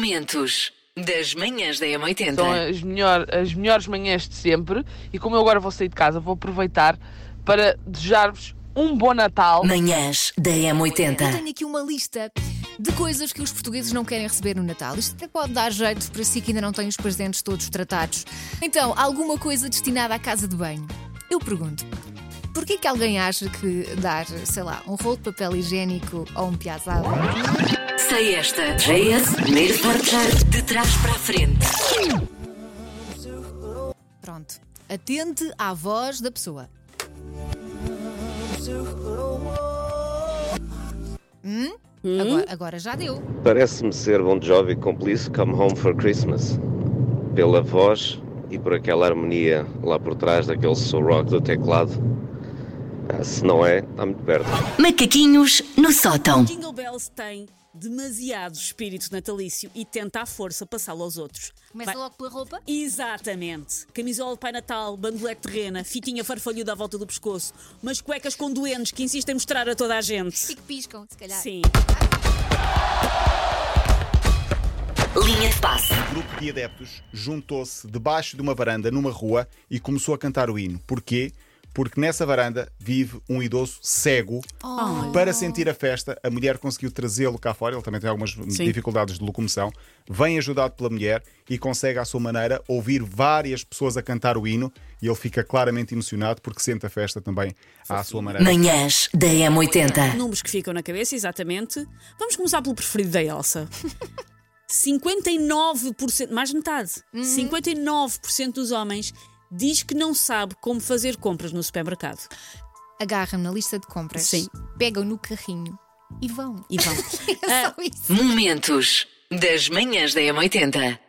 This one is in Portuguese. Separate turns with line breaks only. Momentos das manhãs da M80.
São as, melhor, as melhores manhãs de sempre. E como eu agora vou sair de casa, vou aproveitar para desejar-vos um bom Natal.
Manhãs da
Eu
M80.
tenho aqui uma lista de coisas que os portugueses não querem receber no Natal. Isto até pode dar jeito para si que ainda não tem os presentes todos tratados. Então, alguma coisa destinada à casa de banho? Eu pergunto. Porquê que alguém acha que dar, sei lá, um rolo de papel higiênico ou um piazzado
Sei esta. JS, primeiro forjar de trás para a frente.
Pronto. Atente à voz da pessoa. Hum? Agora, agora já deu.
Parece-me ser Bon Jovi com Please Come Home for Christmas, pela voz e por aquela harmonia lá por trás daquele soul rock do teclado. Ah, se não é, está muito perto.
Macaquinhos no sótão.
Jingle Bells tem demasiado espírito natalício e tenta à força passá-lo aos outros.
Começa
Vai-
logo pela roupa.
Exatamente. Camisola de Pai Natal, bandolete terrena, fitinha farfalhuda à volta do pescoço, umas cuecas com duendes que insistem em mostrar a toda a
E
gente.
que piscam, se calhar.
Sim.
Linha de passe.
Um grupo de adeptos juntou-se debaixo de uma varanda numa rua e começou a cantar o hino. Porquê? Porque nessa varanda vive um idoso cego. Para sentir a festa, a mulher conseguiu trazê-lo cá fora. Ele também tem algumas dificuldades de locomoção. Vem ajudado pela mulher e consegue, à sua maneira, ouvir várias pessoas a cantar o hino. E ele fica claramente emocionado porque sente a festa também à sua maneira.
Manhãs da M80.
Números que ficam na cabeça, exatamente. Vamos começar pelo preferido da Elsa. 59%, mais de metade, 59% dos homens diz que não sabe como fazer compras no supermercado.
agarram na lista de compras,
Sim.
pegam no carrinho e vão.
E vão.
É só isso.
Momentos das manhãs da M80.